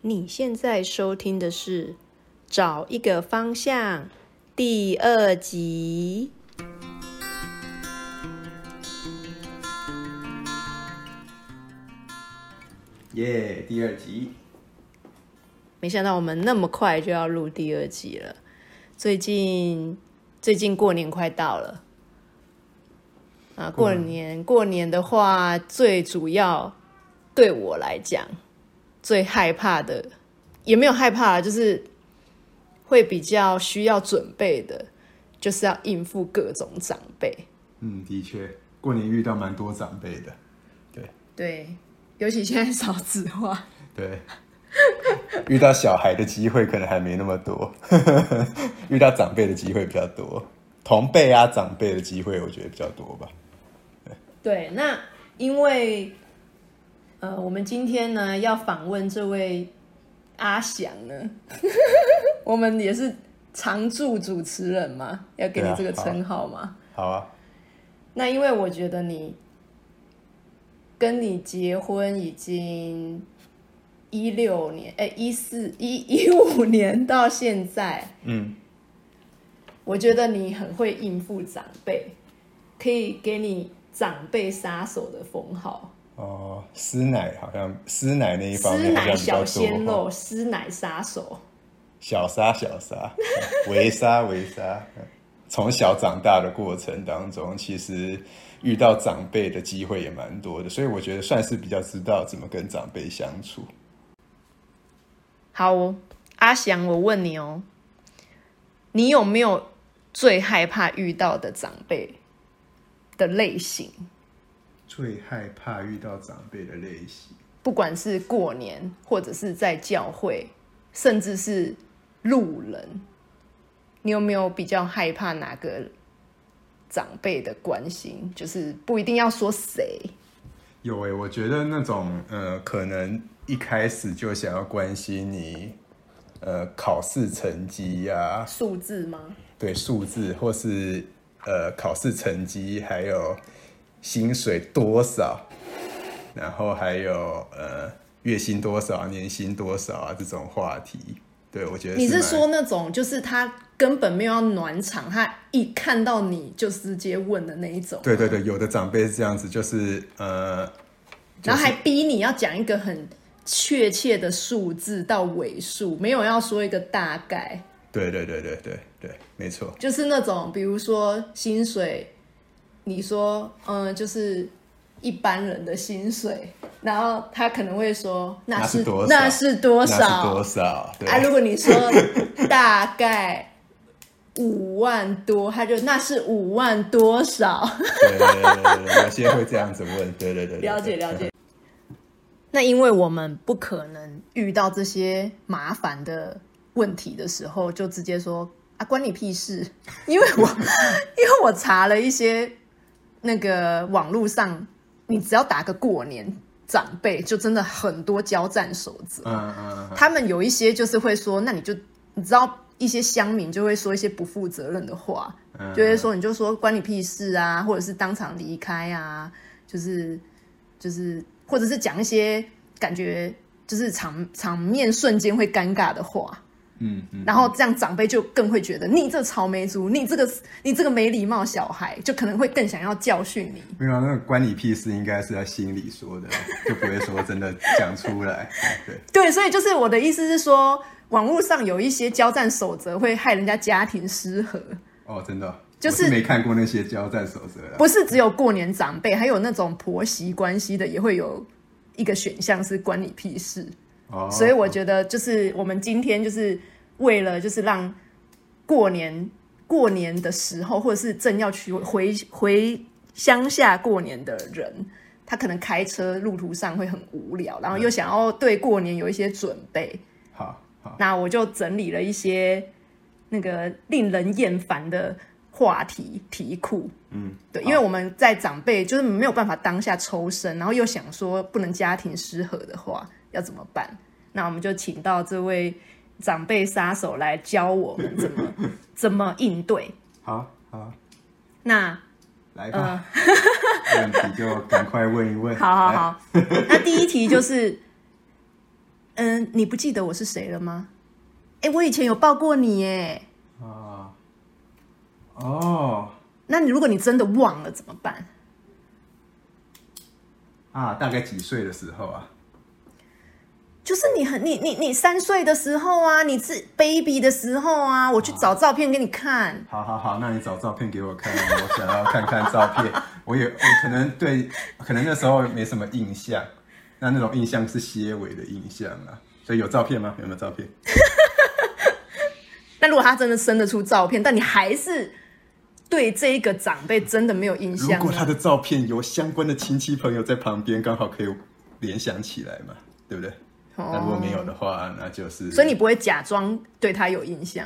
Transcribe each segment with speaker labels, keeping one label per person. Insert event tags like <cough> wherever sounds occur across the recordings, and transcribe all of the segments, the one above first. Speaker 1: 你现在收听的是《找一个方向》第二集。
Speaker 2: 耶第二集，
Speaker 1: 没想到我们那么快就要录第二集了。最近最近过年快到了，啊，过年过年的话，最主要对我来讲，最害怕的也没有害怕，就是会比较需要准备的，就是要应付各种长辈。
Speaker 2: 嗯，的确，过年遇到蛮多长辈的，对
Speaker 1: 对，尤其现在少子化。
Speaker 2: 对，遇到小孩的机会可能还没那么多， <laughs> 遇到长辈的机会比较多，同辈啊长辈的机会我觉得比较多吧。
Speaker 1: <laughs> 对，那因为呃，我们今天呢要访问这位阿翔呢， <laughs> 我们也是常驻主持人嘛，要给你
Speaker 2: 对啊
Speaker 1: 这个称号嘛。
Speaker 2: 好啊，
Speaker 1: 那因为我觉得你跟你结婚已经一六年，哎、1一四一一五年到现在，
Speaker 2: 嗯，
Speaker 1: 我觉得你很会应付长辈，可以给你长辈杀手的封号。
Speaker 2: 哦，师奶好像师奶那一方
Speaker 1: 师
Speaker 2: 面好
Speaker 1: 奶
Speaker 2: 像比
Speaker 1: 小
Speaker 2: 较多，
Speaker 1: 鲜肉，师奶杀手，
Speaker 2: 小杀小杀，嗯围杀围杀。嗯 <laughs> 从小长大的过程当中，其实遇到长辈的机会也蛮多的，所以我觉得算是比较知道怎么跟长辈相处。
Speaker 1: 好、哦，阿翔，我问你哦，你有没有最害怕遇到的长辈的类型？
Speaker 2: 最害怕遇到长辈的类型，
Speaker 1: 不管是过年，或者是在教会，甚至是路人，你有没有比较害怕哪个长辈的关心？就是不一定要说谁，
Speaker 2: 有诶、我觉得那种呃，可能一开始就想要关心你，呃，考试成绩呀、
Speaker 1: 数字吗？
Speaker 2: 对数字或是呃考试成绩，还有薪水多少，然后还有呃月薪多少、年薪多少啊这种话题，对我觉得
Speaker 1: 你是
Speaker 2: 蛮
Speaker 1: 说那种就是他根本没有要暖场，他一看到你就直接问的那一种，
Speaker 2: 对对对，有的长辈是这样子，就是呃
Speaker 1: 然后还逼你要讲一个很确切的数字到尾数，没有要说一个大概。
Speaker 2: 对对对对对对，没错，
Speaker 1: 就是那种，比如说薪水，你说，嗯，就是一般人的薪水，然后他可能会说那是
Speaker 2: 是多少？
Speaker 1: 那是多少
Speaker 2: 那是多少？对，
Speaker 1: 啊？如果你说大概五万多，他就那是五万多少？
Speaker 2: 对对对对对，有些会这样子问，对对对，对
Speaker 1: 了解了解。那因为我们不可能遇到这些麻烦的问题的时候，就直接说啊，关你屁事！ <laughs> 因为我因为我查了一些那个网络上，你只要打个过年长辈，就真的很多交战守则。
Speaker 2: 嗯嗯嗯，
Speaker 1: 他们有一些就是会说，那你就你知道一些乡民就会说一些不负责任的话，
Speaker 2: 嗯
Speaker 1: 就会说你就说关你屁事啊，或者是当场离开啊，就是就是或者是讲一些感觉就是场场面瞬间会尴尬的话，
Speaker 2: 嗯嗯，
Speaker 1: 然后这样长辈就更会觉得你这草莓族，你这个你这个没礼貌小孩，就可能会更想要教训你。
Speaker 2: 没有啊，那个关你屁事，应该是在心里说的，就不会说真的讲出来。 <laughs> 对，
Speaker 1: 对，所以就是我的意思是说，网络上有一些交战守则会害人家家庭失和。
Speaker 2: 哦，真的哦，
Speaker 1: 就
Speaker 2: 我
Speaker 1: 是
Speaker 2: 是没看过那些交战守则了。
Speaker 1: 不是只有过年长辈，还有那种婆媳关系的也会有一个选项是关你屁事。
Speaker 2: 哦，
Speaker 1: 所以我觉得就是我们今天就是为了就是让过年过年的时候，或者是正要去回回乡下过年的人，他可能开车路途上会很无聊，然后又想要对过年有一些准备，
Speaker 2: 好好，
Speaker 1: 那我就整理了一些那个令人厌烦的话题题库。
Speaker 2: 嗯，
Speaker 1: 对，
Speaker 2: 好
Speaker 1: 因为我们在长辈就是没有办法当下抽身，然后又想说不能家庭失和的话，要怎么办？那我们就请到这位长辈杀手来教我们怎 <laughs> 么怎么应对。
Speaker 2: 好好，
Speaker 1: 那
Speaker 2: 来吧，问题就赶快问一问。
Speaker 1: <laughs> 呃 <laughs> 好好
Speaker 2: 来，
Speaker 1: 好，那第一题就是嗯，你不记得我是谁了吗？哎，我以前有抱过你耶。
Speaker 2: 啊，哦
Speaker 1: 那你如果你真的忘了怎么办？
Speaker 2: 啊，大概几岁的时候啊？
Speaker 1: 就是你很你你你三岁的时候啊，你是 baby 的时候啊，我去找照片给你看。
Speaker 2: 好好好，那你找照片给我看，我想要看看照片。 <laughs> 我也我可能对，可能那时候没什么印象，那那种印象是些微的印象啊。所以有照片吗？有没有照片？
Speaker 1: 那如果他真的生得出照片，但你还是对这一个长辈真的没有印
Speaker 2: 如
Speaker 1: 象啊
Speaker 2: 果他
Speaker 1: 呢，
Speaker 2: 的照片有相关的亲戚朋友在旁边，刚好可以联想起来嘛，对不对？
Speaker 1: 哦
Speaker 2: 那如果没有的话，那就是
Speaker 1: 所以你不会假装对他有印象。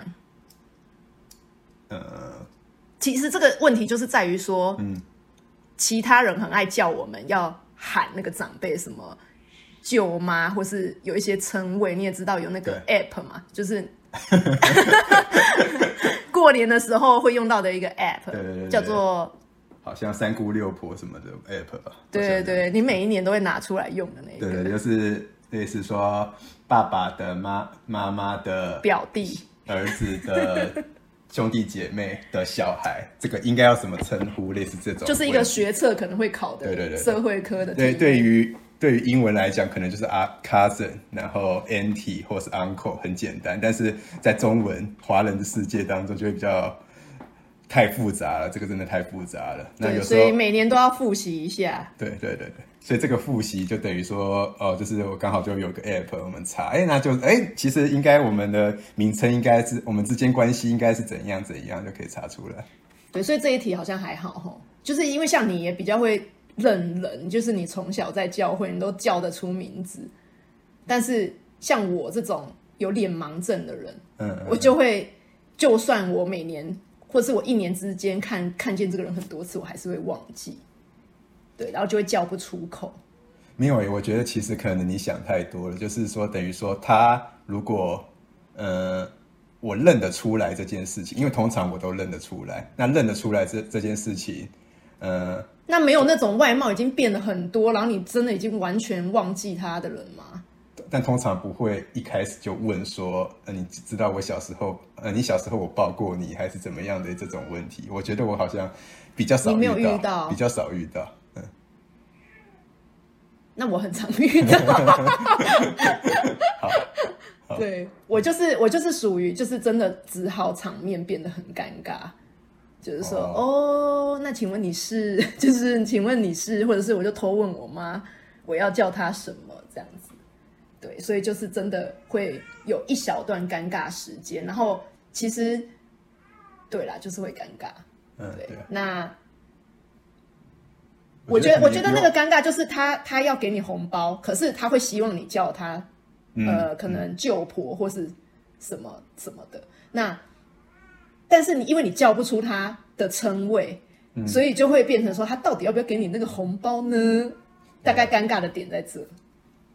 Speaker 2: 呃
Speaker 1: 其实这个问题就是在于说，
Speaker 2: 嗯，
Speaker 1: 其他人很爱叫我们要喊那个长辈什么舅妈，或是有一些称谓，你也知道有那个 app 嘛，就是 <laughs> 过年的时候会用到的一个 app，
Speaker 2: 对对对对
Speaker 1: 叫做
Speaker 2: 好像三姑六婆什么的 app 吧。
Speaker 1: 对
Speaker 2: 好
Speaker 1: 对
Speaker 2: 像
Speaker 1: 对，你每一年都会拿出来用的那一
Speaker 2: 对
Speaker 1: 个
Speaker 2: 对，就是类似说爸爸的妈妈妈的
Speaker 1: 表弟。
Speaker 2: 儿子的兄弟姐妹的小孩，这个应该要怎么称呼？类似这种，
Speaker 1: <laughs> 就是一个。学测可能会考
Speaker 2: 对对对
Speaker 1: 的
Speaker 2: 对
Speaker 1: 社会科的题
Speaker 2: 对，对于对于英文来讲，可能就是啊 cousin，然后 auntie 或是 uncle，很简单。但是在中文华人的世界当中，就会比较太复杂了，这个真的太复杂了。那
Speaker 1: 对，
Speaker 2: 有
Speaker 1: 所
Speaker 2: 时
Speaker 1: 以
Speaker 2: 候
Speaker 1: 每年都要复习一下。
Speaker 2: 对对对对，所以这个复习就等于说，哦，就是我刚好就有个 app，我们查，哎，那就哎，其实应该我们的名称应该是我们之间关系应该是怎样怎样，就可以查出来。
Speaker 1: 对，所以这一题好像还好吼，就是因为像你也比较会认人，就是你从小在教会，你都叫得出名字。但是像我这种有脸盲症的人，
Speaker 2: 嗯，
Speaker 1: 我就会，就算我每年或是我一年之间看看见这个人很多次，我还是会忘记。对，然后就会叫不出口。
Speaker 2: 没有诶，我觉得其实可能你想太多了，就是说等于说他如果呃我认得出来这件事情，因为通常我都认得出来，那认得出来这这件事情，呃，
Speaker 1: 那没有那种外貌已经变得很多，然后你真的已经完全忘记他的人吗？
Speaker 2: 但通常不会一开始就问说，呃，你知道我小时候，呃，你小时候我抱过你还是怎么样的这种问题？我觉得我好像比较少
Speaker 1: 你没有遇到
Speaker 2: 比较少遇到。嗯，
Speaker 1: 那我很常遇到。对我就是我就是属于就是真的只好场面变得很尴尬，就是说哦那请问你是 <laughs> 就是请问你是，或者是我就偷问我妈我要叫她什么这样子，对，所以就是真的会有一小段尴尬时间，然后其实对啦，就是会尴尬，
Speaker 2: 嗯，
Speaker 1: 对，
Speaker 2: 对啊。
Speaker 1: 那我觉得，我
Speaker 2: 可能
Speaker 1: 觉得那个尴尬就是他他要给你红包，可是他会希望你叫他，呃，可能舅婆或是什么什么的。那但是你因为你叫不出他的称谓，所以就会变成说他到底要不要给你那个红包呢？大概尴尬的点在这，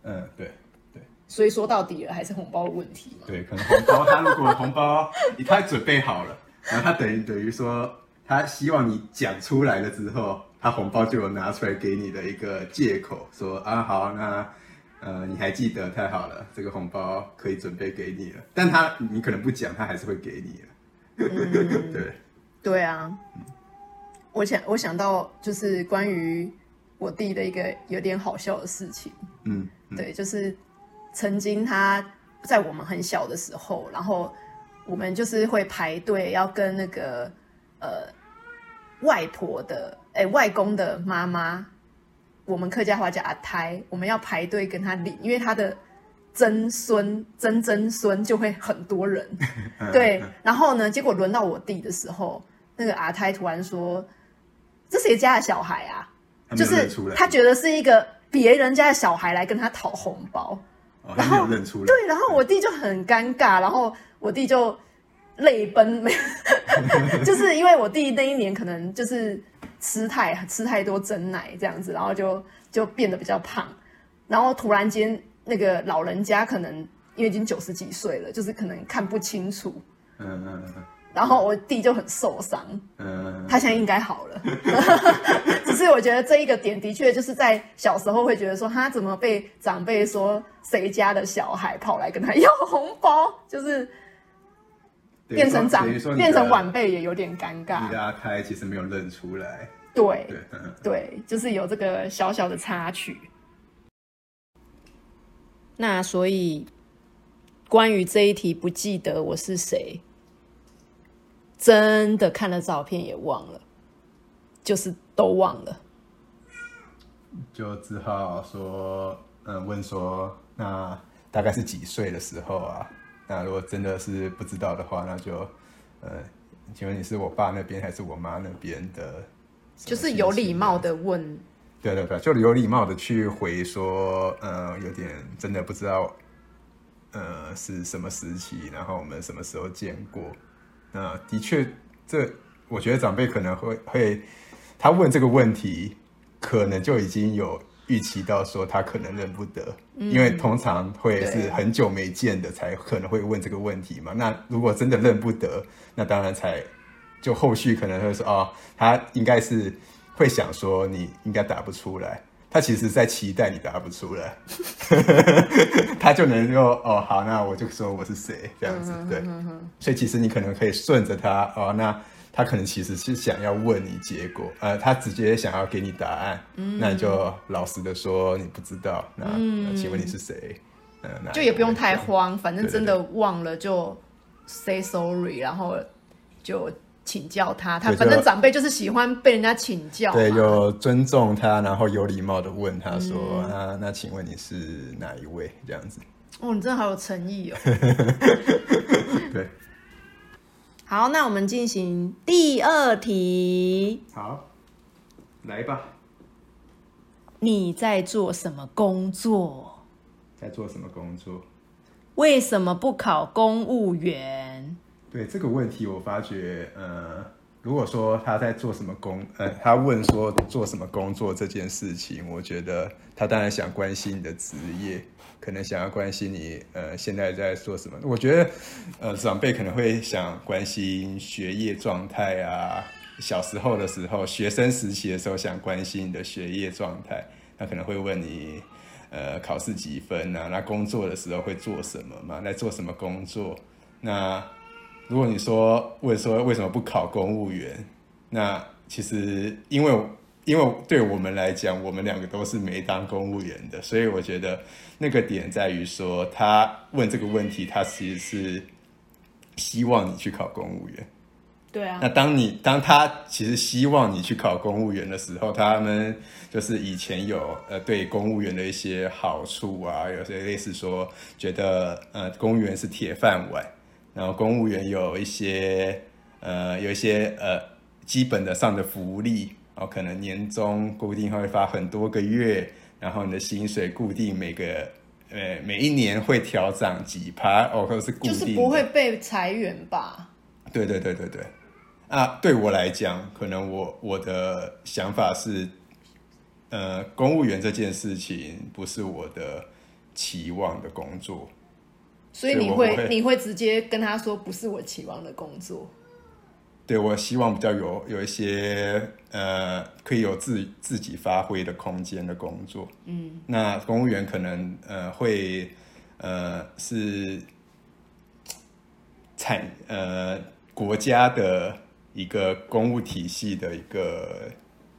Speaker 2: 嗯，对对
Speaker 1: 所以说到底了还是红包的问题嘛。
Speaker 2: 对，可能红包他如果红包 <laughs> 他准备好了，然后他等于等于说他希望你讲出来了之后，他红包就有拿出来给你的一个借口，说啊好那。呃，你还记得太好了，这个红包可以准备给你了。但他你可能不讲，他还是会给你了。
Speaker 1: 嗯
Speaker 2: <laughs> 对，
Speaker 1: 对啊，我想我想到就是关于我弟的一个有点好笑的事情，
Speaker 2: 嗯，
Speaker 1: 对，就是曾经他在我们很小的时候，然后我们就是会排队要跟那个呃外婆的哎、外公的妈妈，我们客家话叫阿胎，我们要排队跟他领，因为他的曾孙曾曾孙就会很多人，
Speaker 2: 嗯
Speaker 1: 对，然后呢，结果轮到我弟的时候，那个阿胎突然说：“这谁家的小孩啊？”
Speaker 2: 嗯他
Speaker 1: 就
Speaker 2: 没有
Speaker 1: 是
Speaker 2: 认出来，
Speaker 1: 他觉得是一个别人家的小孩来跟他讨红包，
Speaker 2: 哦、他没有认出来，
Speaker 1: 对，然后我弟就很尴尬，然后我弟就泪奔，没， <laughs> 就是因为我弟那一年可能就是吃太吃太多真奶这样子，然后就就变得比较胖，然后突然间那个老人家可能因为已经九十几岁了，就是可能看不清楚，
Speaker 2: 嗯嗯嗯
Speaker 1: 然后我弟就很受伤，
Speaker 2: 嗯嗯
Speaker 1: 他现在应该好了。 <laughs> 只是我觉得这一个点的确就是在小时候会觉得说，他怎么被长辈说谁家的小孩跑来跟他要红包，就是
Speaker 2: 等于
Speaker 1: 变
Speaker 2: 说
Speaker 1: 成长
Speaker 2: 等于说你
Speaker 1: 变成
Speaker 2: 的
Speaker 1: 晚辈也有点尴
Speaker 2: 你
Speaker 1: 尬。
Speaker 2: 的阿开其实没有认出来，
Speaker 1: 对
Speaker 2: 对，嗯
Speaker 1: 对，就是有这个小小的插曲。那所以，关于这一题不记得我是谁，真的看了照片也忘了，就是都忘了。
Speaker 2: 就只好说，嗯，问说那大概是几岁的时候啊？那如果真的是不知道的话，那就，呃，请问你是我爸那边还是我妈那边的？
Speaker 1: 就是有礼貌。的问，
Speaker 2: 对对对，就有礼貌的去回说，呃，有点真的不知道，呃，是什么时期，然后我们什么时候见过？那的确，这我觉得长辈可能会会，他问这个问题，可能就已经有预期到说他可能认不得，因为通常会是
Speaker 1: 对
Speaker 2: 很久没见的才可能会问这个问题嘛。那如果真的认不得，那当然才就后续可能会说哦，他应该是会想说你应该答不出来，他其实在期待你答不出来， <laughs> 他就能够哦好，那我就说我是谁
Speaker 1: 嗯
Speaker 2: 这样子，对，所以其实你可能可以顺着他哦，那他可能其实是想要问你结果，呃，他直接想要给你答案，
Speaker 1: 嗯
Speaker 2: 那你就老实的说你不知道，那、那请问你是谁？呃，那
Speaker 1: 就也不用太慌，反正
Speaker 2: 对对
Speaker 1: 真的忘了就 say sorry，然后就请教他。他
Speaker 2: 对就
Speaker 1: 反正长辈就是喜欢被人家请教嘛，
Speaker 2: 对，有尊重他，然后有礼貌的问他说：“啊，那请问你是哪一位？”这样子，
Speaker 1: 哦，你真的好有诚意哦。 <laughs>
Speaker 2: 对，
Speaker 1: 好，那我们进行第二题，
Speaker 2: 好，来吧，
Speaker 1: 你在做什么工作？
Speaker 2: 在做什么工作？
Speaker 1: 为什么不考公务员？
Speaker 2: 对这个问题，我发觉，呃，如果说他在做什么工，呃，他问说做什么工作这件事情，我觉得他当然想关心你的职业，可能想要关心你，呃，现在在做什么。我觉得，呃，长辈可能会想关心学业状态啊，小时候的时候，学生时期的时候想关心你的学业状态，他可能会问你。呃，考试几分啊？那工作的时候会做什么嘛？在做什么工作？那如果你说问说为什么不考公务员，那其实因为因为对我们来讲，我们两个都是没当公务员的，所以我觉得那个点在于说，他问这个问题，他其实是希望你去考公务员。
Speaker 1: 对啊
Speaker 2: 那，当你当他其实希望你去考公务员的时候，他们就是以前有呃对公务员的一些好处啊，有些类似说觉得呃公务员是铁饭碗，然后公务员有一些呃有一些呃基本的上的福利哦，可能年终固定会发很多个月，然后你的薪水固定每个。呃，每一年会调涨几趴哦，或是固
Speaker 1: 就
Speaker 2: 定
Speaker 1: 是
Speaker 2: 的
Speaker 1: 不会被裁员吧？
Speaker 2: 对对对对对，啊，对我来讲，可能我我的想法是，呃，公务员这件事情不是我的期望的工作，
Speaker 1: 所以
Speaker 2: 所以
Speaker 1: 你
Speaker 2: 我
Speaker 1: 会
Speaker 2: 我会
Speaker 1: 你会直接跟他说，不是我期望的工作。
Speaker 2: 对我希望比较有有一些呃，可以有自自己发挥的空间的工作。嗯，那公务员可能呃会呃是产呃国家的一个公务体系的一个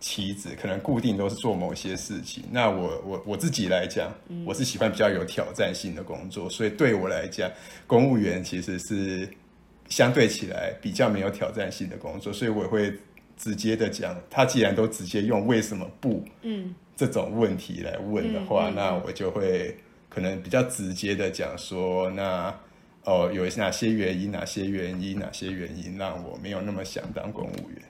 Speaker 2: 棋子，可能固定都是做某些事情。那我我我自己来讲，我是喜欢比较有挑战性的工作，所以对我来讲，公务员其实是相对起来比较没有挑战性的工作，所以我会直接的讲，他既然都直接用为什么不
Speaker 1: 嗯，
Speaker 2: 这种问题来问的话，
Speaker 1: 嗯嗯
Speaker 2: 那我就会可能比较直接的讲说，那哦有哪些原因，哪些原因，哪些原因让我没有那么想当公务员。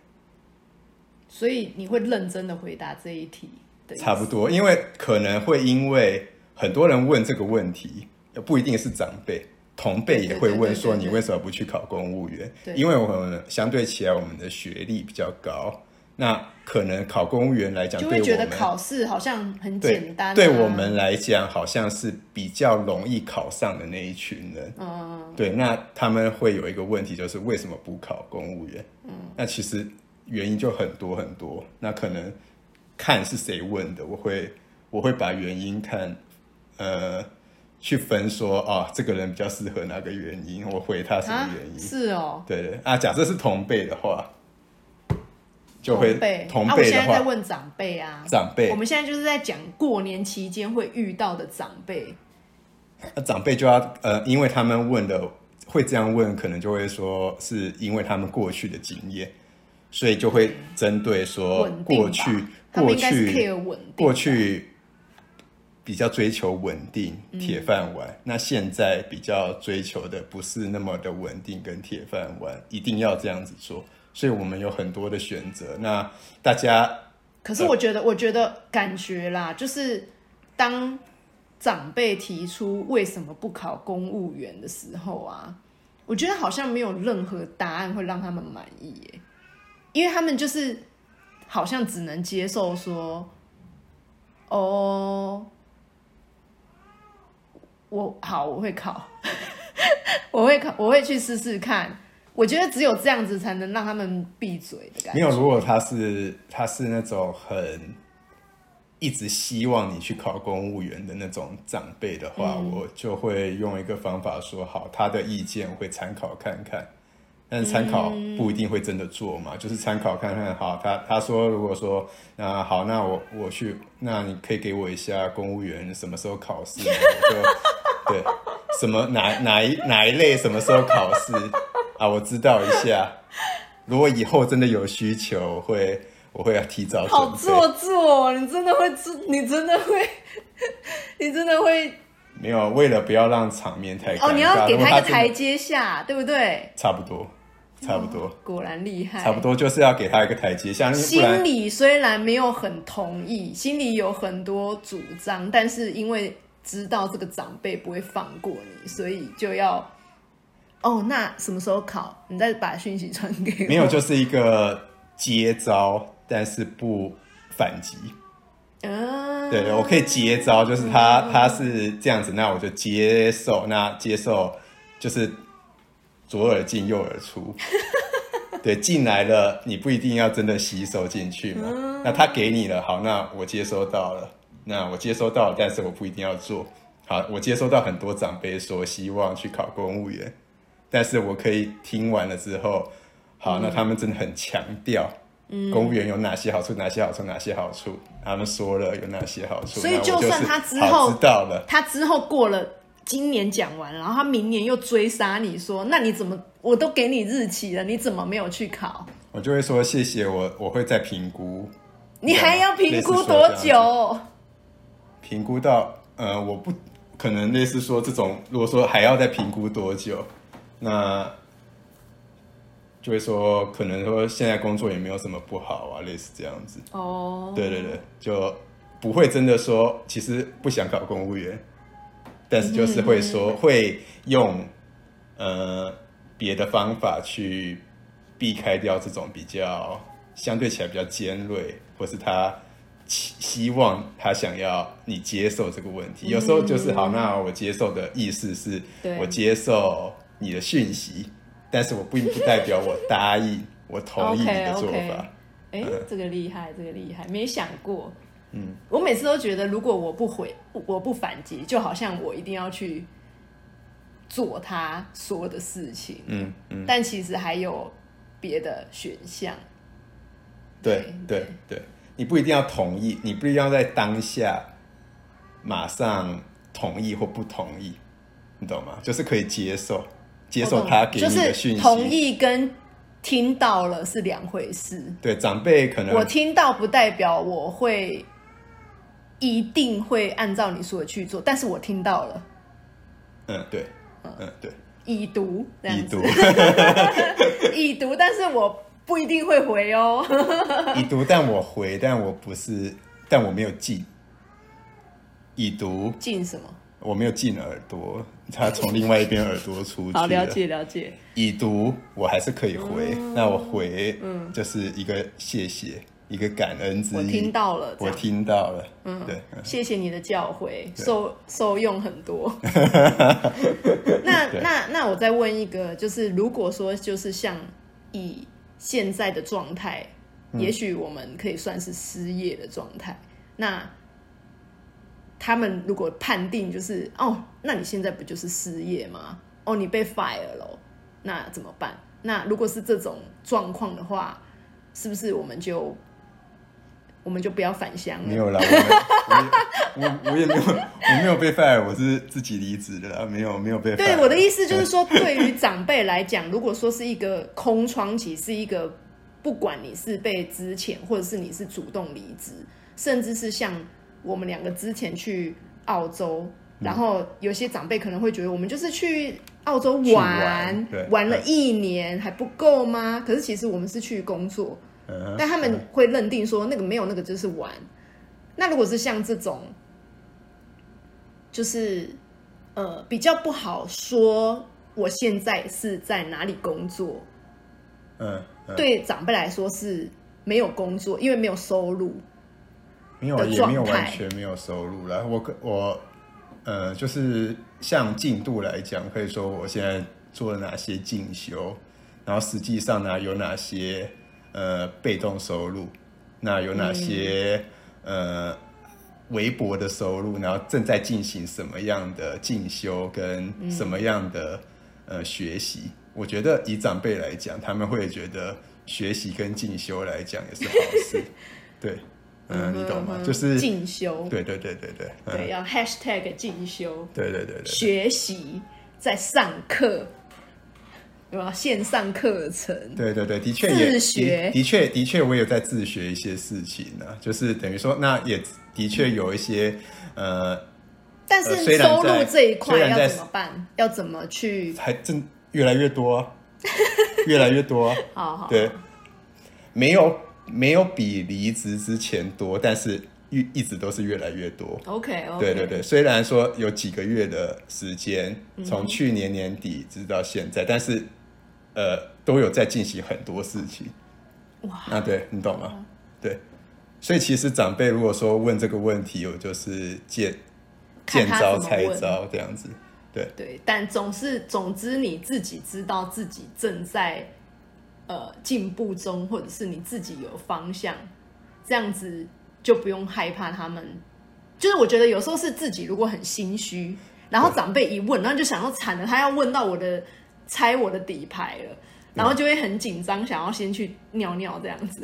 Speaker 1: 所以你会认真的回答这一题的意思
Speaker 2: 差不多，因为可能会因为很多人问这个问题，呃不一定是长辈，同辈也会
Speaker 1: 对对
Speaker 2: 问说
Speaker 1: 对对对
Speaker 2: 你为什么不去考公务员？
Speaker 1: 对
Speaker 2: 因为我们相对起来我们的学历比较高，那可能考公务员来讲，
Speaker 1: 就
Speaker 2: 对
Speaker 1: 会
Speaker 2: 我
Speaker 1: 觉得
Speaker 2: 们
Speaker 1: 考试好像很
Speaker 2: 对
Speaker 1: 简单啊、
Speaker 2: 对我们来讲好像是比较容易考上的那一群人。
Speaker 1: 嗯，
Speaker 2: 对，那他们会有一个问题，就是为什么不考公务员？嗯，那其实原因就很多很多。那可能看是谁问的，我会我会把原因看，呃，去分说啊，这个人比较适合哪个原因，我回他什么
Speaker 1: 啊
Speaker 2: 原因。
Speaker 1: 是哦，
Speaker 2: 对对啊，假设是同辈的话，就会
Speaker 1: 同辈
Speaker 2: 同
Speaker 1: 啊，我
Speaker 2: 辈
Speaker 1: 现
Speaker 2: 的
Speaker 1: 在在
Speaker 2: 话，
Speaker 1: 问长辈啊，
Speaker 2: 长辈
Speaker 1: 我们现在就是在讲过年期间会遇到的长辈，
Speaker 2: 那长辈就要呃，因为他们问的会这样问，可能就会说是因为他们过去的经验，所以就会针对说
Speaker 1: 稳定吧
Speaker 2: 哦过去
Speaker 1: 他们
Speaker 2: 过
Speaker 1: 应该是 care
Speaker 2: 去
Speaker 1: 稳定，嗯
Speaker 2: 过去比较追求稳定铁饭碗，那现在比较追求的不是那么的稳定跟铁饭碗，一定要这样子做。所以我们有很多的选择，那大家
Speaker 1: 可是我觉得，我觉得感觉啦，就是当长辈提出为什么不考公务员的时候啊，我觉得好像没有任何答案会让他们满意耶，因为他们就是好像只能接受说，哦，我好，我会考， <laughs> 我会考，我会去试试看。我觉得只有这样子才能让他们闭嘴的感
Speaker 2: 没
Speaker 1: 觉。
Speaker 2: 有，如果他是他是那种很一直希望你去考公务员的那种长辈的话，
Speaker 1: 嗯
Speaker 2: 我就会用一个方法说好，他的意见我会参考看看，但是参考
Speaker 1: 嗯
Speaker 2: 不一定会真的做嘛，就是参考看看。好，他他说如果说那好，那我我去，那你可以给我一下公务员什么时候考试吗，我就 <laughs> 对什么哪哪一哪一类什么时候考试啊，我知道一下。如果以后真的有需求，我会我会提早
Speaker 1: 好
Speaker 2: 准备。
Speaker 1: 做作哦，你真的会做，你真的会， <laughs> 你真的会
Speaker 2: 没有，为了不要让场面太尴尬，
Speaker 1: 哦！你要给
Speaker 2: 如果
Speaker 1: 他一
Speaker 2: 他
Speaker 1: 个
Speaker 2: 真的
Speaker 1: 台阶下，对不对？
Speaker 2: 差不多，差不多，
Speaker 1: 果然厉害，
Speaker 2: 差不。多就是要给他一个台阶下，不
Speaker 1: 心
Speaker 2: 然
Speaker 1: 里虽然没有很同意，心里有很多主张，但是因为知道这个长辈不会放过你，所以就要哦，那什么时候考？你再把讯息传给我。
Speaker 2: 没有就是一个接招，但是不反击。
Speaker 1: 嗯，
Speaker 2: 对对，我可以接招，就是他他是这样子，那我就接受，那接受就是左耳进右耳出。对，进来了，你不一定要真的吸收进去嘛。那他给你了，好，那我接收到了，那我接收到了，但是我不一定要做。好，我接收到很多长辈说希望去考公务员，但是我可以听完了之后，
Speaker 1: 嗯
Speaker 2: 好，那他们真的很强调。公务员有哪些好处？哪些好处？哪些好处？他们说了有哪些好处？
Speaker 1: 所以
Speaker 2: 那我
Speaker 1: 就算
Speaker 2: 是
Speaker 1: 他之
Speaker 2: 好
Speaker 1: 后
Speaker 2: 知道了，
Speaker 1: 他之后过了今年讲完，然后他明年又追杀你说，那你怎么我都给你日期了，你怎么没有去考？
Speaker 2: 我就会说谢谢我，我会再评估，
Speaker 1: 你还啊要评估多久？
Speaker 2: 评估到呃，我不可能类似说这种，如果说还要再评估多久，那就会说可能说现在工作也没有什么不好啊，类似这样子。
Speaker 1: 哦，
Speaker 2: 对对对，就不会真的说其实不想考公务员，但是就是会说、会用呃别的方法去避开掉这种比较相对起来比较尖锐，或是他期希望他想要你接受这个问题。有时候就是好，那我接受的意思是
Speaker 1: 嗯对
Speaker 2: 我接受你的讯息，但是我并不代表我答应，我同意你
Speaker 1: OK，OK
Speaker 2: 的做法。
Speaker 1: 哎、这个厉害，这个厉害，没想过。嗯，我每次都觉得，如果我不回，我不反击，就好像我一定要去做他说的事情，
Speaker 2: 嗯嗯，
Speaker 1: 但其实还有别的选项。
Speaker 2: 对对对，你不一定要同意，你不一定要在当下马上同意或不同意，你懂吗？就是可以接受，接受他给
Speaker 1: 就
Speaker 2: 你
Speaker 1: 是
Speaker 2: 的讯息。
Speaker 1: 同意跟听到了是两回事。
Speaker 2: 对长辈可能
Speaker 1: 我听到不代表我会一定会按照你说的去做，但是我听到了，
Speaker 2: 嗯对嗯对
Speaker 1: 已读这
Speaker 2: 已
Speaker 1: 样
Speaker 2: 读 <laughs>
Speaker 1: 子， <laughs> 已读，但是我不一定会回哦。
Speaker 2: 已读，但我回，但我不是，但我没有进。已读，
Speaker 1: 进什么？
Speaker 2: 我没有进耳朵，他从另外一边耳朵出去。
Speaker 1: 好，了。解了解。
Speaker 2: 已读我还是可以回，那我回，嗯，就是一个谢谢，一个感恩之意。
Speaker 1: 我听到了这
Speaker 2: 我
Speaker 1: 样
Speaker 2: 听到了，嗯，对，
Speaker 1: 谢谢你的教诲，受受用很多。那那那我再问一个，就是如果说就是像以现在的状态也许我们可以算是失业的状态。那他们如果判定就是哦，那你现在不就是失业吗？哦，你被 fire 了哦，那怎么办？那如果是这种状况的话，是不是我们就我们就不要返乡
Speaker 2: 没
Speaker 1: 了？
Speaker 2: 有啦，我没我我也没有，我没有被 fire，我是自己离职的啦，没有没有被 fire。
Speaker 1: 对，我的意思就是说，
Speaker 2: 嗯
Speaker 1: 对于长辈来讲，如果说是一个空窗期，是一个不管你是被之前，或者是你是主动离职，甚至是像我们两个之前去澳洲，然后有些长辈可能会觉得我们就是去澳洲
Speaker 2: 嗯去
Speaker 1: 玩，
Speaker 2: 玩对
Speaker 1: 了一年还不够吗？可是其实我们是去工作，
Speaker 2: 嗯哼，
Speaker 1: 但他们会认定说那个没有那个就是玩。那如果是像这种，就是呃比较不好说，我现在是在哪里工作，
Speaker 2: 嗯嗯，
Speaker 1: 对长辈来说是没有工作，因为没有收入。
Speaker 2: 没有
Speaker 1: 的
Speaker 2: 也
Speaker 1: 状
Speaker 2: 没有完
Speaker 1: 态
Speaker 2: 全没有收入啦。我跟我呃，就是像进度来讲，可以说我现在做了哪些进修，然后实际上呢有哪些呃被动收入，那有哪些、
Speaker 1: 嗯
Speaker 2: 呃微薄的收入，然后正在进行什么样的进修跟什么样的、呃学习。我觉得以长辈来讲，他们会觉得学习跟进修来讲也是好
Speaker 1: <laughs>
Speaker 2: 事，对，嗯，你懂吗？
Speaker 1: 嗯
Speaker 2: 就是
Speaker 1: 进修，
Speaker 2: 对对对对对，嗯，
Speaker 1: 对，要 hashtag 进修，
Speaker 2: 对对对对，
Speaker 1: 学习在上课，有没有线上课程？
Speaker 2: 对对对，的确也
Speaker 1: 自学
Speaker 2: 的的确的确，我也在自学一些事情呢、就是等于说，那也的确有一些呃，
Speaker 1: 但
Speaker 2: 呃
Speaker 1: 是
Speaker 2: 虽然
Speaker 1: 收入
Speaker 2: 在
Speaker 1: 这一块
Speaker 2: 虽然在
Speaker 1: 要怎么办？要怎么去？
Speaker 2: 还真越来越多啊、
Speaker 1: <laughs>
Speaker 2: 越来越多啊、
Speaker 1: 好好，
Speaker 2: 对，没有没有比离职之前多，但是一一直都是越来越多。
Speaker 1: ，OK OK，
Speaker 2: 对对对，虽然说有几个月的时间，从去年年底直到现在，但是呃，都有在进行很多事情。
Speaker 1: 哇，
Speaker 2: 啊，对你懂吗？对，所以其实长辈如果说问这个问题，我就是见
Speaker 1: 看
Speaker 2: 见
Speaker 1: 他
Speaker 2: 招
Speaker 1: 怎么
Speaker 2: 拆
Speaker 1: 问
Speaker 2: 招这样
Speaker 1: <laughs>
Speaker 2: 子。对，
Speaker 1: 对，但总是总之你自己知道自己正在呃进步中，或者是你自己有方向，这样子就不用害怕他们。就是我觉得有时候是自己如果很心虚，然后长辈一问，然后就想到惨了，他要问到我的猜我的底牌了，然
Speaker 2: 嗯
Speaker 1: 后就会很紧张，想要先去尿尿这样子。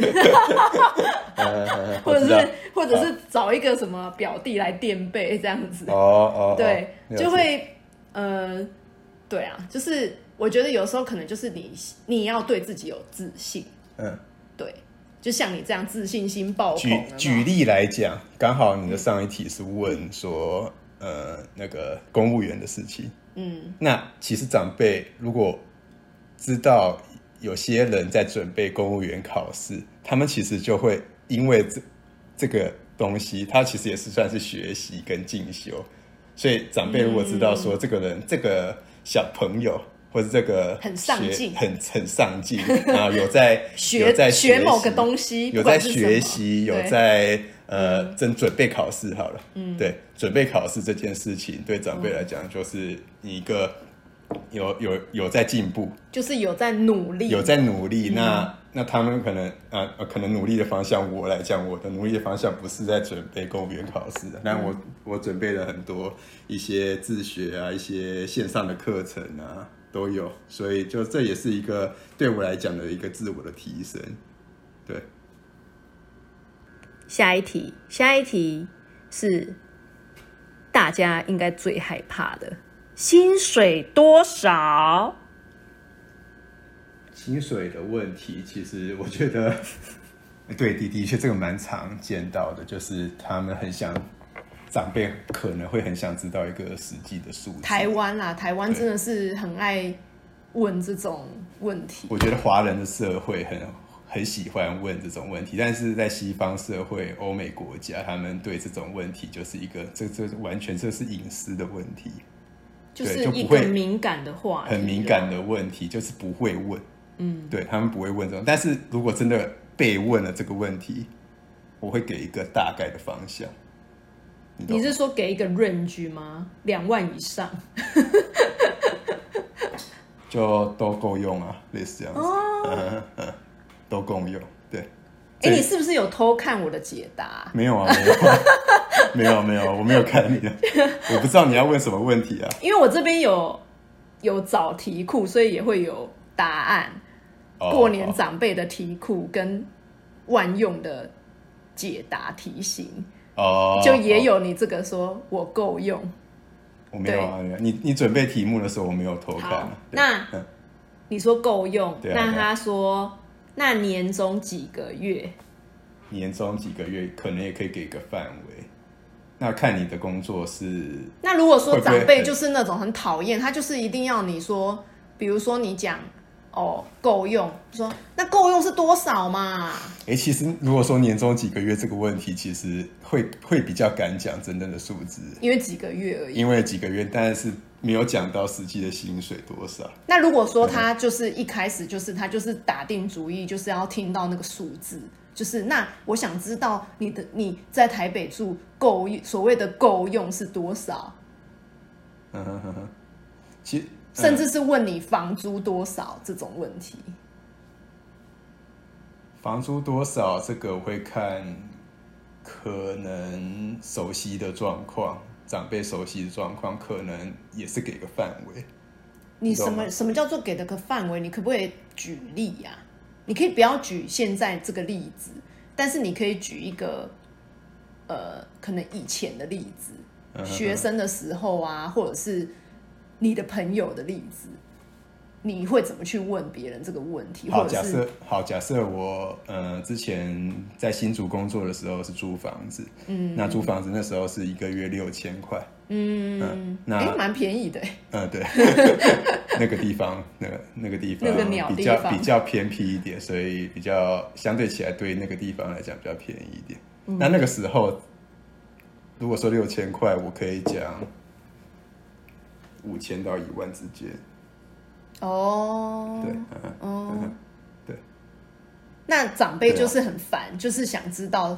Speaker 2: 呃，
Speaker 1: 或
Speaker 2: 我
Speaker 1: 者
Speaker 2: 知道嗯
Speaker 1: 是或者是找一个什么表弟来垫背这样子，
Speaker 2: 哦哦，哦
Speaker 1: 对，
Speaker 2: 了
Speaker 1: 就
Speaker 2: 解
Speaker 1: 会呃，对啊，就是我觉得有时候可能就是你你要对自己有自信，
Speaker 2: 嗯。
Speaker 1: 对，就像你这样自信心爆棚
Speaker 2: 举
Speaker 1: 有没有
Speaker 2: 举例来讲，刚好你的上一题是问说，呃，那个公务员的事情。嗯，那其实长辈如果知道有些人在准备公务员考试，他们其实就会因为这这个东西，他其实也是算是学习跟进修。所以长辈如果知道
Speaker 1: 嗯
Speaker 2: 说这个人、这个小朋友或者这个
Speaker 1: 很上
Speaker 2: 学
Speaker 1: 进
Speaker 2: 很很
Speaker 1: <laughs>
Speaker 2: 上进啊，有在有在
Speaker 1: 学学某个
Speaker 2: 习
Speaker 1: 东西，
Speaker 2: 有
Speaker 1: 不管
Speaker 2: 在
Speaker 1: 是什么
Speaker 2: 学习，有
Speaker 1: 对嗯
Speaker 2: 在呃正准备考试好了。嗯，对，准备考试这件事情对长辈来讲就是一个有有有在进步，
Speaker 1: 就是有在努力，
Speaker 2: 有在努力。
Speaker 1: 嗯
Speaker 2: 那那他们可能呃呃可能努力的方向，我来讲我的努力的方向不是在准备公务员考试，啊但
Speaker 1: 嗯
Speaker 2: 我我准备了很多一些自学啊，一些线上的课程啊都有，所以就这也是一个对我来讲的一个自我的提升。对，
Speaker 1: 下一题，下一题是大家应该最害怕的，薪水多少？
Speaker 2: 薪水的问题，其实我觉得， <laughs> 对的的确这个蛮常见到的，就是他们很想长辈可能会很想知道一个实际的数字。
Speaker 1: 台湾啦，台湾真的是很爱问这种问题。
Speaker 2: 我觉得华人的社会很很喜欢问这种问题，但是在西方社会、欧美国家，他们对这种问题就是一个这这完全这是隐私的问题，
Speaker 1: 就是
Speaker 2: 对就
Speaker 1: 一
Speaker 2: 不
Speaker 1: 个
Speaker 2: 会
Speaker 1: 敏感的话题，
Speaker 2: 很敏感的问题，就是不会问。嗯，对他们不会问这种，但是如果真的被问了这个问题，我会给一个大概的方向。你懂
Speaker 1: 你
Speaker 2: 吗
Speaker 1: 是说给一个 range 吗？两万以上哦
Speaker 2: <laughs> 就都够用啊，类似这样子，嗯嗯嗯都够用。对，
Speaker 1: 哎、
Speaker 2: 对
Speaker 1: 你是不是有偷看我的解答？
Speaker 2: 没有啊，没有
Speaker 1: <laughs>
Speaker 2: 啊，没有啊没有啊，我没有看你的，我不知道你要问什么问题啊。
Speaker 1: 因为我这边有有找题库，所以也会有答案。
Speaker 2: 哦
Speaker 1: 过年长辈的题库跟万用的解答题型，
Speaker 2: 哦，
Speaker 1: 就也
Speaker 2: 哦，
Speaker 1: 有你这个说我够用。
Speaker 2: 我没有啊，没有啊你你准备题目的时候我没有偷看
Speaker 1: 好
Speaker 2: 啊。，对
Speaker 1: 那
Speaker 2: 嗯
Speaker 1: 你说够用，
Speaker 2: 对啊
Speaker 1: 那
Speaker 2: 对啊
Speaker 1: 他说那年终几个月？
Speaker 2: 年终几个月可能也可以给个范围，那看你的工作是
Speaker 1: 那如果说
Speaker 2: 会不会
Speaker 1: 长辈
Speaker 2: 很
Speaker 1: 就是那种很讨厌，他就是一定要你说，比如说你讲哦够用，说那够用是多少嘛？
Speaker 2: 哎、其实如果说年终几个月这个问题，其实会会比较敢讲真正的数字，
Speaker 1: 因为几个月而已。
Speaker 2: 因为几个月，但是没有讲到实际的薪水多少。
Speaker 1: 那如果
Speaker 2: 嗯
Speaker 1: 说他就是一开始就是他就是打定主意，就是要听到那个数字，就是那我想知道你的你在台北住够所谓的够用是多少，
Speaker 2: 嗯哼哼哼，其实嗯
Speaker 1: 甚至是问你房租多少这种问题。
Speaker 2: 房租多少，这个我会看可能熟悉的状况，长辈熟悉的状况，可能也是给个范围。
Speaker 1: 你什
Speaker 2: 懂
Speaker 1: 么
Speaker 2: 吗
Speaker 1: 什么叫做给的个范围？你可不可以举例呀、你可以不要举现在这个例子，但是你可以举一个，呃，可能以前的例子，
Speaker 2: 嗯哼哼
Speaker 1: 学生的时候啊，或者是你的朋友的例子，你会怎么去问别人这个问题？
Speaker 2: 好，
Speaker 1: 或
Speaker 2: 假
Speaker 1: 者是
Speaker 2: 设好，假设我呃之前在新竹工作的时候是租房子，嗯，那租房子那时候是一个月六千块，嗯，那
Speaker 1: 哎，蛮便宜的
Speaker 2: <laughs>
Speaker 1: 欸，<laughs>
Speaker 2: 呃对，那个地方那个那个地方
Speaker 1: 那个鸟
Speaker 2: 比
Speaker 1: 地
Speaker 2: 较
Speaker 1: 方
Speaker 2: 比较偏僻一点，所以比较相对起来对那个地方来讲比较便宜一点。
Speaker 1: 嗯
Speaker 2: 那那个时候如果说六千块，我可以讲五千到一万之间，
Speaker 1: 哦，
Speaker 2: 对，嗯
Speaker 1: 哦，
Speaker 2: 对。
Speaker 1: 那长辈
Speaker 2: 对啊
Speaker 1: 就是很烦，就是想知道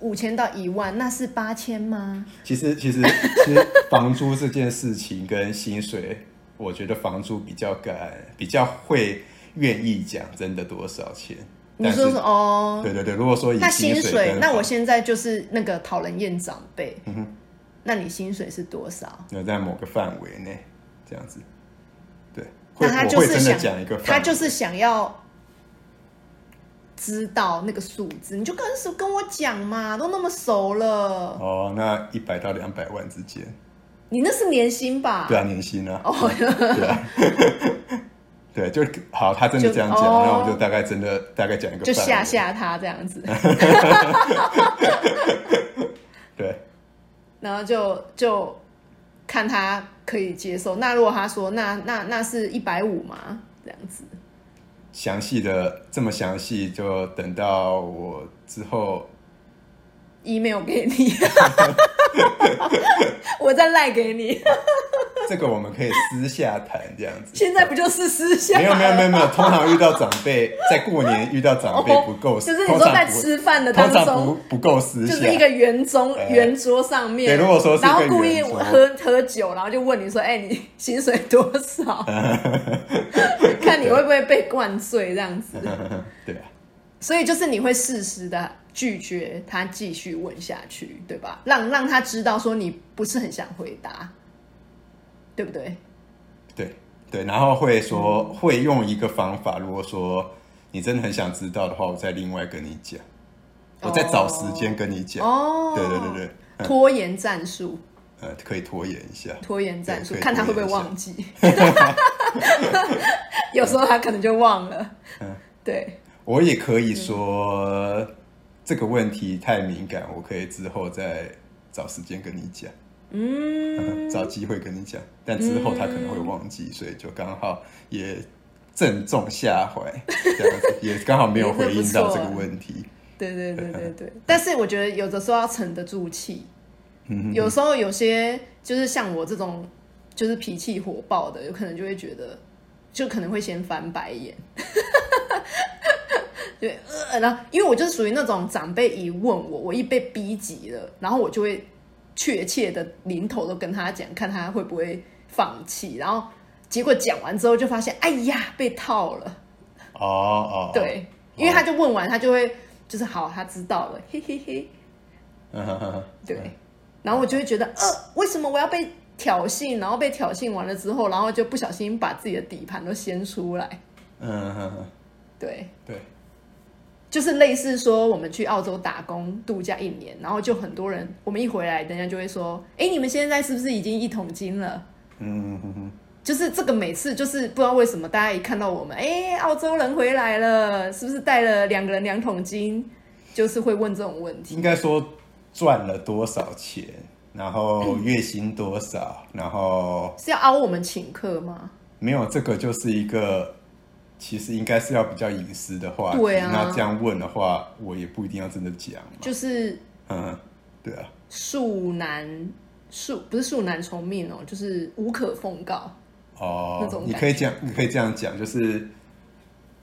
Speaker 1: 五千到一万，那是八千吗？
Speaker 2: 其实，其实，其实房租这件事情跟薪水，我觉得房租比较敢，比较会愿意讲真的多少钱。
Speaker 1: 你说
Speaker 2: 但
Speaker 1: 是
Speaker 2: 是
Speaker 1: 哦，
Speaker 2: 对对对，如果说以
Speaker 1: 那
Speaker 2: 薪
Speaker 1: 薪
Speaker 2: 水
Speaker 1: 水
Speaker 2: 跟，
Speaker 1: 那我
Speaker 2: 房嗯
Speaker 1: 现在就是那个讨人厌长辈，那你薪水是多少？
Speaker 2: 那在某个范围内这样子，对，会
Speaker 1: 那他
Speaker 2: 我
Speaker 1: 就
Speaker 2: 会
Speaker 1: 是
Speaker 2: 真的
Speaker 1: 想，
Speaker 2: 讲一个范围，
Speaker 1: 他就是想要知道那个数字，你就跟是跟我讲嘛，都那么熟了，
Speaker 2: 哦，那一百到两百万之间，
Speaker 1: 你那是年薪吧？
Speaker 2: 对啊，年薪啊，
Speaker 1: 哦，
Speaker 2: 对啊，
Speaker 1: <laughs>
Speaker 2: 对，就好，他真的
Speaker 1: 就
Speaker 2: 这样讲，
Speaker 1: 哦
Speaker 2: 那我就大概真的大概讲一个
Speaker 1: 就
Speaker 2: 范
Speaker 1: 吓
Speaker 2: 围，
Speaker 1: 吓他这样
Speaker 2: <laughs>
Speaker 1: 子，
Speaker 2: 对，
Speaker 1: 然后就就看他可以接受。那如果他说那那那是一百五嘛，这样子，
Speaker 2: 详细的这么详细，就等到我之后
Speaker 1: email 给
Speaker 2: <laughs>
Speaker 1: 你，我再赖给你。
Speaker 2: 这个我们可以私下谈这样子。
Speaker 1: 现在不就是私下？
Speaker 2: 没有没有没有没有，通常遇到长辈在过年遇到长
Speaker 1: 哦
Speaker 2: 辈不够，
Speaker 1: 就是你
Speaker 2: 通
Speaker 1: 说
Speaker 2: 常
Speaker 1: 在
Speaker 2: 不
Speaker 1: 吃饭的当
Speaker 2: 通常不
Speaker 1: 中，
Speaker 2: 不够私
Speaker 1: 就
Speaker 2: 下，
Speaker 1: 是一个圆桌
Speaker 2: 哎
Speaker 1: 圆桌上面，
Speaker 2: 对如果说是一个
Speaker 1: 然后故意
Speaker 2: 圆桌
Speaker 1: 喝喝酒，然后就问你说：“哎，你薪水多
Speaker 2: <laughs>
Speaker 1: 少？”看你会不会被灌醉这样子。
Speaker 2: 对啊，
Speaker 1: 所以就是你会适时的拒绝他继续问下去，对吧？让让他知道说你不是很想回答，对不对？
Speaker 2: 对对，然后会说、会用一个方法，如果说你真的很想知道的话，我再另外跟你讲，我再找时间跟你讲。
Speaker 1: 哦，
Speaker 2: 对对对对，
Speaker 1: 拖延战术，
Speaker 2: 呃，可以拖延一下。
Speaker 1: 拖延战术，
Speaker 2: 对可以
Speaker 1: 看他会不会
Speaker 2: 拖延一下
Speaker 1: 忘记。 <laughs> 有时候他可能就忘了。
Speaker 2: 嗯
Speaker 1: 对，
Speaker 2: 我也可以说、这个问题太敏感，我可以之后再找时间跟你讲，嗯，找机会跟你讲，但之后他可能会忘记，所以就刚好也正中下怀，这样子也刚好没有回应到这个问题。
Speaker 1: 对对对对对。但是我觉得有的时候要沉得住气，有时候有些就是像我这种就是脾气火爆的，有可能就会觉得，就可能会先翻白眼。 <laughs> 对，呃，然后因为我就是属于那种长辈一问我，我一被逼急了，然后我就会确切的零头都跟他讲，看他会不会放弃。然后结果讲完之后就发现，哎呀，被套了。
Speaker 2: 哦哦，哦
Speaker 1: 对，因为他就问完，他就会就是好，他知道了，嘿嘿嘿，
Speaker 2: 嗯哼哼哼
Speaker 1: 对。然后我就会觉得，呃，为什么我要被挑衅？然后被挑衅完了之后，然后就不小心把自己的底盘都掀出来，
Speaker 2: 嗯哼哼，
Speaker 1: 对。
Speaker 2: 对，
Speaker 1: 就是类似说我们去澳洲打工度假一年，然后就很多人，我们一回来，人家就会说：“哎、你们现在是不是已经一桶金了
Speaker 2: 嗯哼哼，？”
Speaker 1: 就是这个每次就是不知道为什么，大家一看到我们，哎、澳洲人回来了，是不是带了两个人两桶金？就是会问这种问题。
Speaker 2: 应该说赚了多少钱，然后月薪多少，然后
Speaker 1: 是要凹我们请客吗？
Speaker 2: 没有这个就是一个，其实应该是要比较隐私的话题。
Speaker 1: 对啊
Speaker 2: 那这样问的话，我也不一定要真的讲嘛。
Speaker 1: 就是
Speaker 2: 嗯，对啊，
Speaker 1: 恕难恕不是恕难从命哦、就是无可奉告。那
Speaker 2: 哦
Speaker 1: 种，
Speaker 2: 你
Speaker 1: 感
Speaker 2: 可以这样，你可以这样讲，就是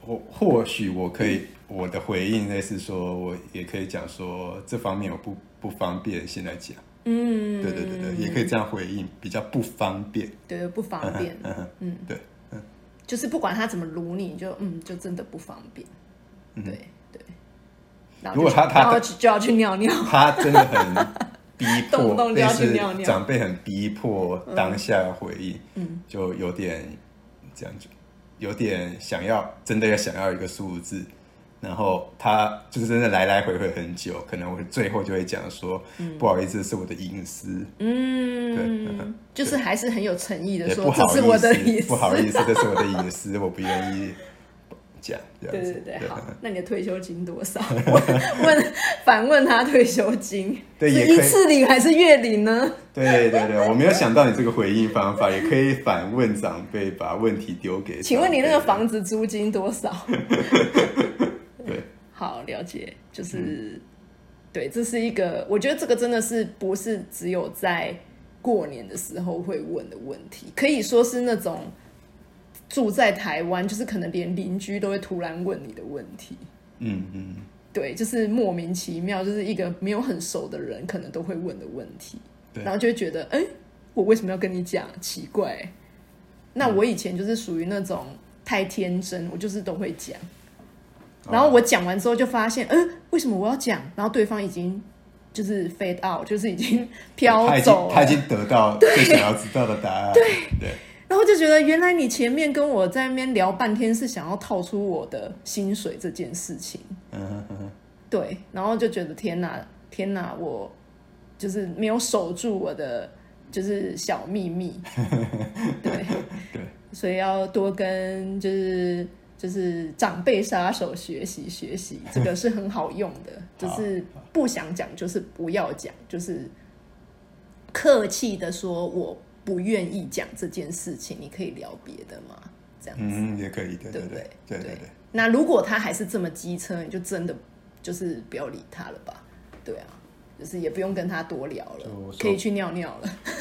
Speaker 2: 我或许我可以、我的回应类似说，我也可以讲说这方面我不不方便现在讲。
Speaker 1: 嗯，
Speaker 2: 对对对对，也可以这样回应，比较不方便。
Speaker 1: 对，不方便。
Speaker 2: 嗯哼，嗯，对，
Speaker 1: 就是不管他怎么撸你，你就嗯，就真的不方便。对对。然后
Speaker 2: 嗯如果
Speaker 1: 就
Speaker 2: 他他
Speaker 1: 然后就就要去尿尿，
Speaker 2: 他真的很逼
Speaker 1: <laughs>
Speaker 2: 迫，
Speaker 1: 动不动就要去
Speaker 2: 类似
Speaker 1: 尿尿
Speaker 2: 长辈很逼迫当下回应，嗯，就有点这样子，有点想要真的要想要一个数字，然后他就是真的来来回回很久，可能我最后就会讲说，不好意思，是我的隐私，对
Speaker 1: 嗯， <laughs> 就是还是很有诚意的
Speaker 2: 也
Speaker 1: 说
Speaker 2: 不
Speaker 1: 这
Speaker 2: 好意
Speaker 1: 是
Speaker 2: 思，
Speaker 1: 我的意思，
Speaker 2: 不好意思，这是我的隐私，我不愿意讲，这
Speaker 1: 对
Speaker 2: 样子，
Speaker 1: <laughs> 对对，好，那你的退休金多
Speaker 2: <laughs>
Speaker 1: 少？问问反问他退休金
Speaker 2: 对
Speaker 1: 是
Speaker 2: 也可以
Speaker 1: 一次领还是月领呢？
Speaker 2: <laughs> 对对对，我没有想到你这个回应方法，也可以反问长辈，把问题丢给长辈。
Speaker 1: 请问你那个
Speaker 2: 啊
Speaker 1: 房子租金多少？
Speaker 2: 对，
Speaker 1: 好，了解，就是、对，这是一个，我觉得这个真的是不是只有在过年的时候会问的问题，可以说是那种住在台湾，就是可能连邻居都会突然问你的问题。
Speaker 2: 嗯嗯，
Speaker 1: 对，就是莫名其妙，就是一个没有很熟的人可能都会问的问题，
Speaker 2: 对
Speaker 1: 然后就会觉得，哎、我为什么要跟你讲？奇怪、那
Speaker 2: 嗯
Speaker 1: 我以前就是属于那种太天真，我就是都会讲，
Speaker 2: 哦
Speaker 1: 然后我讲完之后就发现，嗯、为什么我要讲？然后对方已经就是 fade out，就是已经 <laughs> 飘
Speaker 2: 他已
Speaker 1: 走
Speaker 2: 经他已
Speaker 1: 了，
Speaker 2: 经得到最想要知道的答
Speaker 1: <laughs>
Speaker 2: 案。对对
Speaker 1: 然后就觉得原来你前面跟我在那边聊半天是想要套出我的薪水这件事情。
Speaker 2: 嗯嗯
Speaker 1: 对，然后就觉得天哪，天哪，我就是没有守住我的就是小秘密，对，
Speaker 2: 对，
Speaker 1: 所以要多跟就是就是长辈杀手学习学习，这个是很好用的，就是不想讲就是不要讲，就是客气的说我不愿意讲这件事情，你可以聊别的吗？这样子。
Speaker 2: 嗯，也可以，对
Speaker 1: 对不
Speaker 2: 对
Speaker 1: 对？
Speaker 2: 对对对，
Speaker 1: 那如果他还是这么机车，你就真的就是不要理他了吧？对啊，就是也不用跟他多聊
Speaker 2: 就我
Speaker 1: 了，
Speaker 2: 说
Speaker 1: 可以去尿尿了。 <laughs>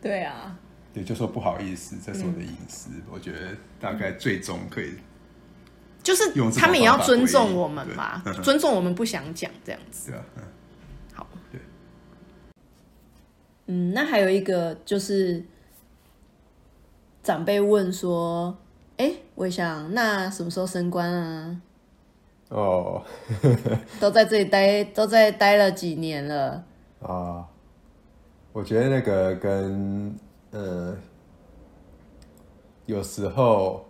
Speaker 1: 对啊，
Speaker 2: 也就说不好意思，这是我的
Speaker 1: 嗯
Speaker 2: 隐私，我觉得大概最终可以。
Speaker 1: 就是
Speaker 2: 用这种
Speaker 1: 他们也要尊
Speaker 2: 方法回
Speaker 1: 重
Speaker 2: 应
Speaker 1: 我们
Speaker 2: <laughs>
Speaker 1: 嘛
Speaker 2: 对，嗯
Speaker 1: 尊重我们不想讲这样子。
Speaker 2: 对啊，嗯
Speaker 1: 好，
Speaker 2: 对，
Speaker 1: 嗯，那还有一个就是长辈问说：“哎、我想那什么时候升官啊？
Speaker 2: 哦
Speaker 1: 都在这里待，都在待了几年了。”
Speaker 2: 啊，我觉得那个跟呃，有时候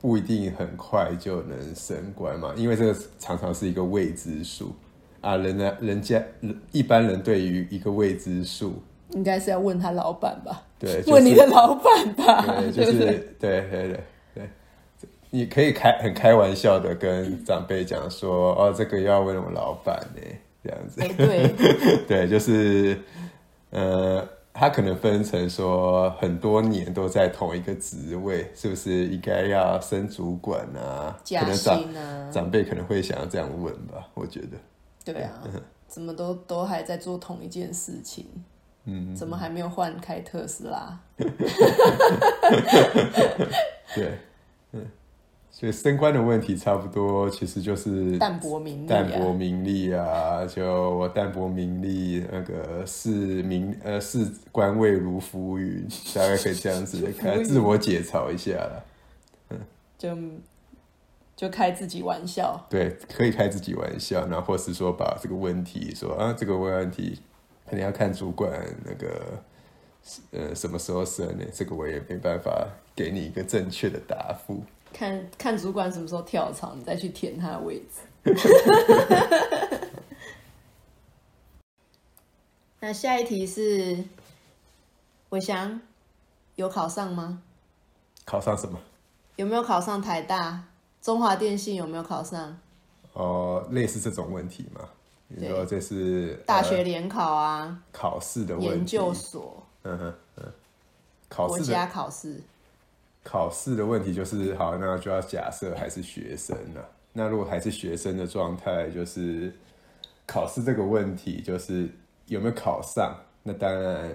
Speaker 2: 不一定很快就能升官嘛，因为这个常常是一个未知数啊。人呢，人家人一般人对于一个未知数，
Speaker 1: 应该是要问他老板吧，
Speaker 2: 对就是
Speaker 1: 问你的老板吧，
Speaker 2: 呃对，就
Speaker 1: 对
Speaker 2: 是
Speaker 1: 不 <laughs> 对？
Speaker 2: 对对对对，你可以开很开玩笑的跟长辈讲说，哦，这个要问我老板呢、这样子。
Speaker 1: 哎
Speaker 2: <laughs>
Speaker 1: 对，
Speaker 2: 对，就是呃，他可能分成说很多年都在同一个职位，是不是应该要升主管啊？
Speaker 1: 加
Speaker 2: 可能
Speaker 1: 薪
Speaker 2: 长
Speaker 1: 啊
Speaker 2: 长辈可能会想要这样问吧，我觉得。
Speaker 1: 对
Speaker 2: <laughs>
Speaker 1: 啊，怎么都都还在做同一件事情，嗯，怎么还没有换开特斯拉？
Speaker 2: 对，嗯，所以升官的问题差不多，其实就是
Speaker 1: 淡泊名利
Speaker 2: 淡泊
Speaker 1: 啊，
Speaker 2: 名利啊，就我淡泊名利，那个视名呃视官位如浮云， <laughs> 大概可以这样子
Speaker 1: 浮云
Speaker 2: 自我解嘲一下啦。
Speaker 1: 就就开自己玩笑。
Speaker 2: 对，可以开自己玩笑，然后或是说把这个问题说啊，这个问题可能要看主管那个呃什么时候生呢？这个我也没办法给你一个正确的答复。
Speaker 1: 看看主管什么时候跳槽，你再去填他的位 <laughs> 置。那下一题是，我翔有考上吗？
Speaker 2: 考上什么？
Speaker 1: 有没有考上台大？中华电信有没有考上
Speaker 2: 哦，类似这种问题嘛？比如说这是
Speaker 1: 大
Speaker 2: 呃
Speaker 1: 学联考啊、
Speaker 2: 考试的问
Speaker 1: 研
Speaker 2: 题，
Speaker 1: 究所、
Speaker 2: 嗯哼嗯，考
Speaker 1: 国
Speaker 2: 试的
Speaker 1: 家考试？
Speaker 2: 考试的问题就是，好，那就要假设还是学生了、那如果还是学生的状态，就是考试这个问题，就是有没有考上？那当然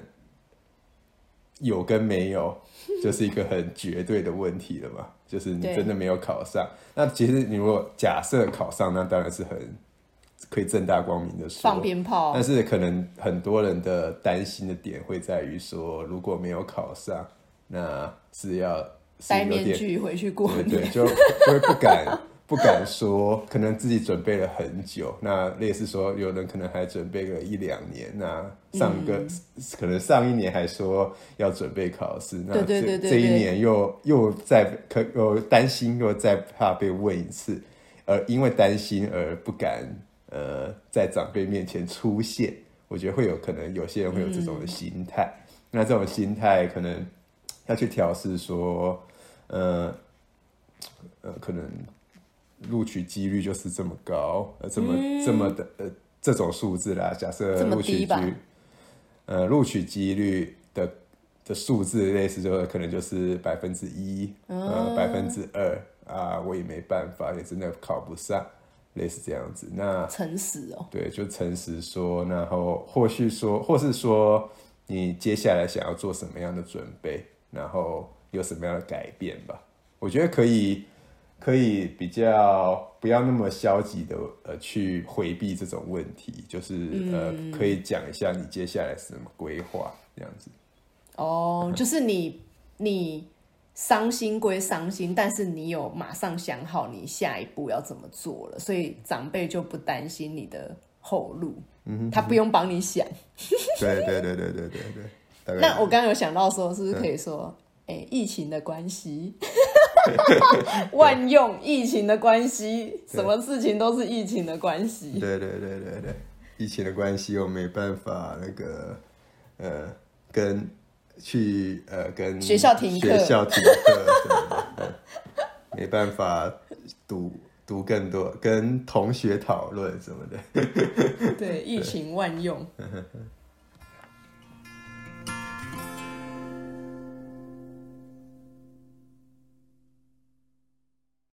Speaker 2: 有跟没有， <laughs> 就是一个很绝对的问题了嘛。就是你
Speaker 1: 对
Speaker 2: 真的没有考上，那其实你如果假设考上，那当然是很可以正大光明的说，
Speaker 1: 放鞭炮
Speaker 2: 但是可能很多人的担心的点会在于说，如果没有考上，那是要是
Speaker 1: 戴
Speaker 2: 有
Speaker 1: 面
Speaker 2: 点
Speaker 1: 具回去过
Speaker 2: 对对，
Speaker 1: 年。
Speaker 2: 就就会不敢不敢说，可能自己准备了很久。那类似说，有人可能还准备个一两年，那上个、
Speaker 1: 嗯
Speaker 2: 可能上一年还说要准备考试，那
Speaker 1: 对
Speaker 2: 这
Speaker 1: 对对对
Speaker 2: 这一
Speaker 1: 对
Speaker 2: 年又又再可又担心又再怕被问一次，而因为担心而不敢呃在长辈面前出现，我觉得会有可能有些人会有这种
Speaker 1: 嗯
Speaker 2: 的心态。那这种心态可能要去调试，说，呃，呃，可能录取几率就是这么高，呃，这么、这么的呃这种数字啦。假设
Speaker 1: 嗯这么
Speaker 2: 录取
Speaker 1: 低
Speaker 2: 几
Speaker 1: 吧
Speaker 2: 率，呃，录取几率的的数字类似，就是可能就是百分之一，
Speaker 1: 嗯
Speaker 2: 呃，百分之二啊，我也没办法，也真的考不上，类似这样子。
Speaker 1: <laughs>
Speaker 2: 那
Speaker 1: 诚实哦，
Speaker 2: 对，就诚实说，然后或许说，或是说你接下来想要做什么样的准备，然后有什么样的改变吧。我觉得可以，可以比较不要那么消极的呃去回避这种问题，就是、
Speaker 1: 嗯
Speaker 2: 呃可以讲一下你接下来是什么规划这样子。
Speaker 1: 哦，就是你你伤心归伤心，但是你有马上想好你下一步要怎么做了，所以长辈就不担心你的后路，他不用帮你想。
Speaker 2: 对对对对对对对，大概
Speaker 1: 那我刚刚有想到说，是不是可以说，哎、疫情的关系， <laughs> 万用疫情的关系，什么事情都是疫情的关系。
Speaker 2: 对对对对对，疫情的关系，我没办法那个呃跟去呃跟
Speaker 1: 学校停课
Speaker 2: 学校停课，对对对没办法读读更多，跟同学讨论什么的。
Speaker 1: 对，疫情万用。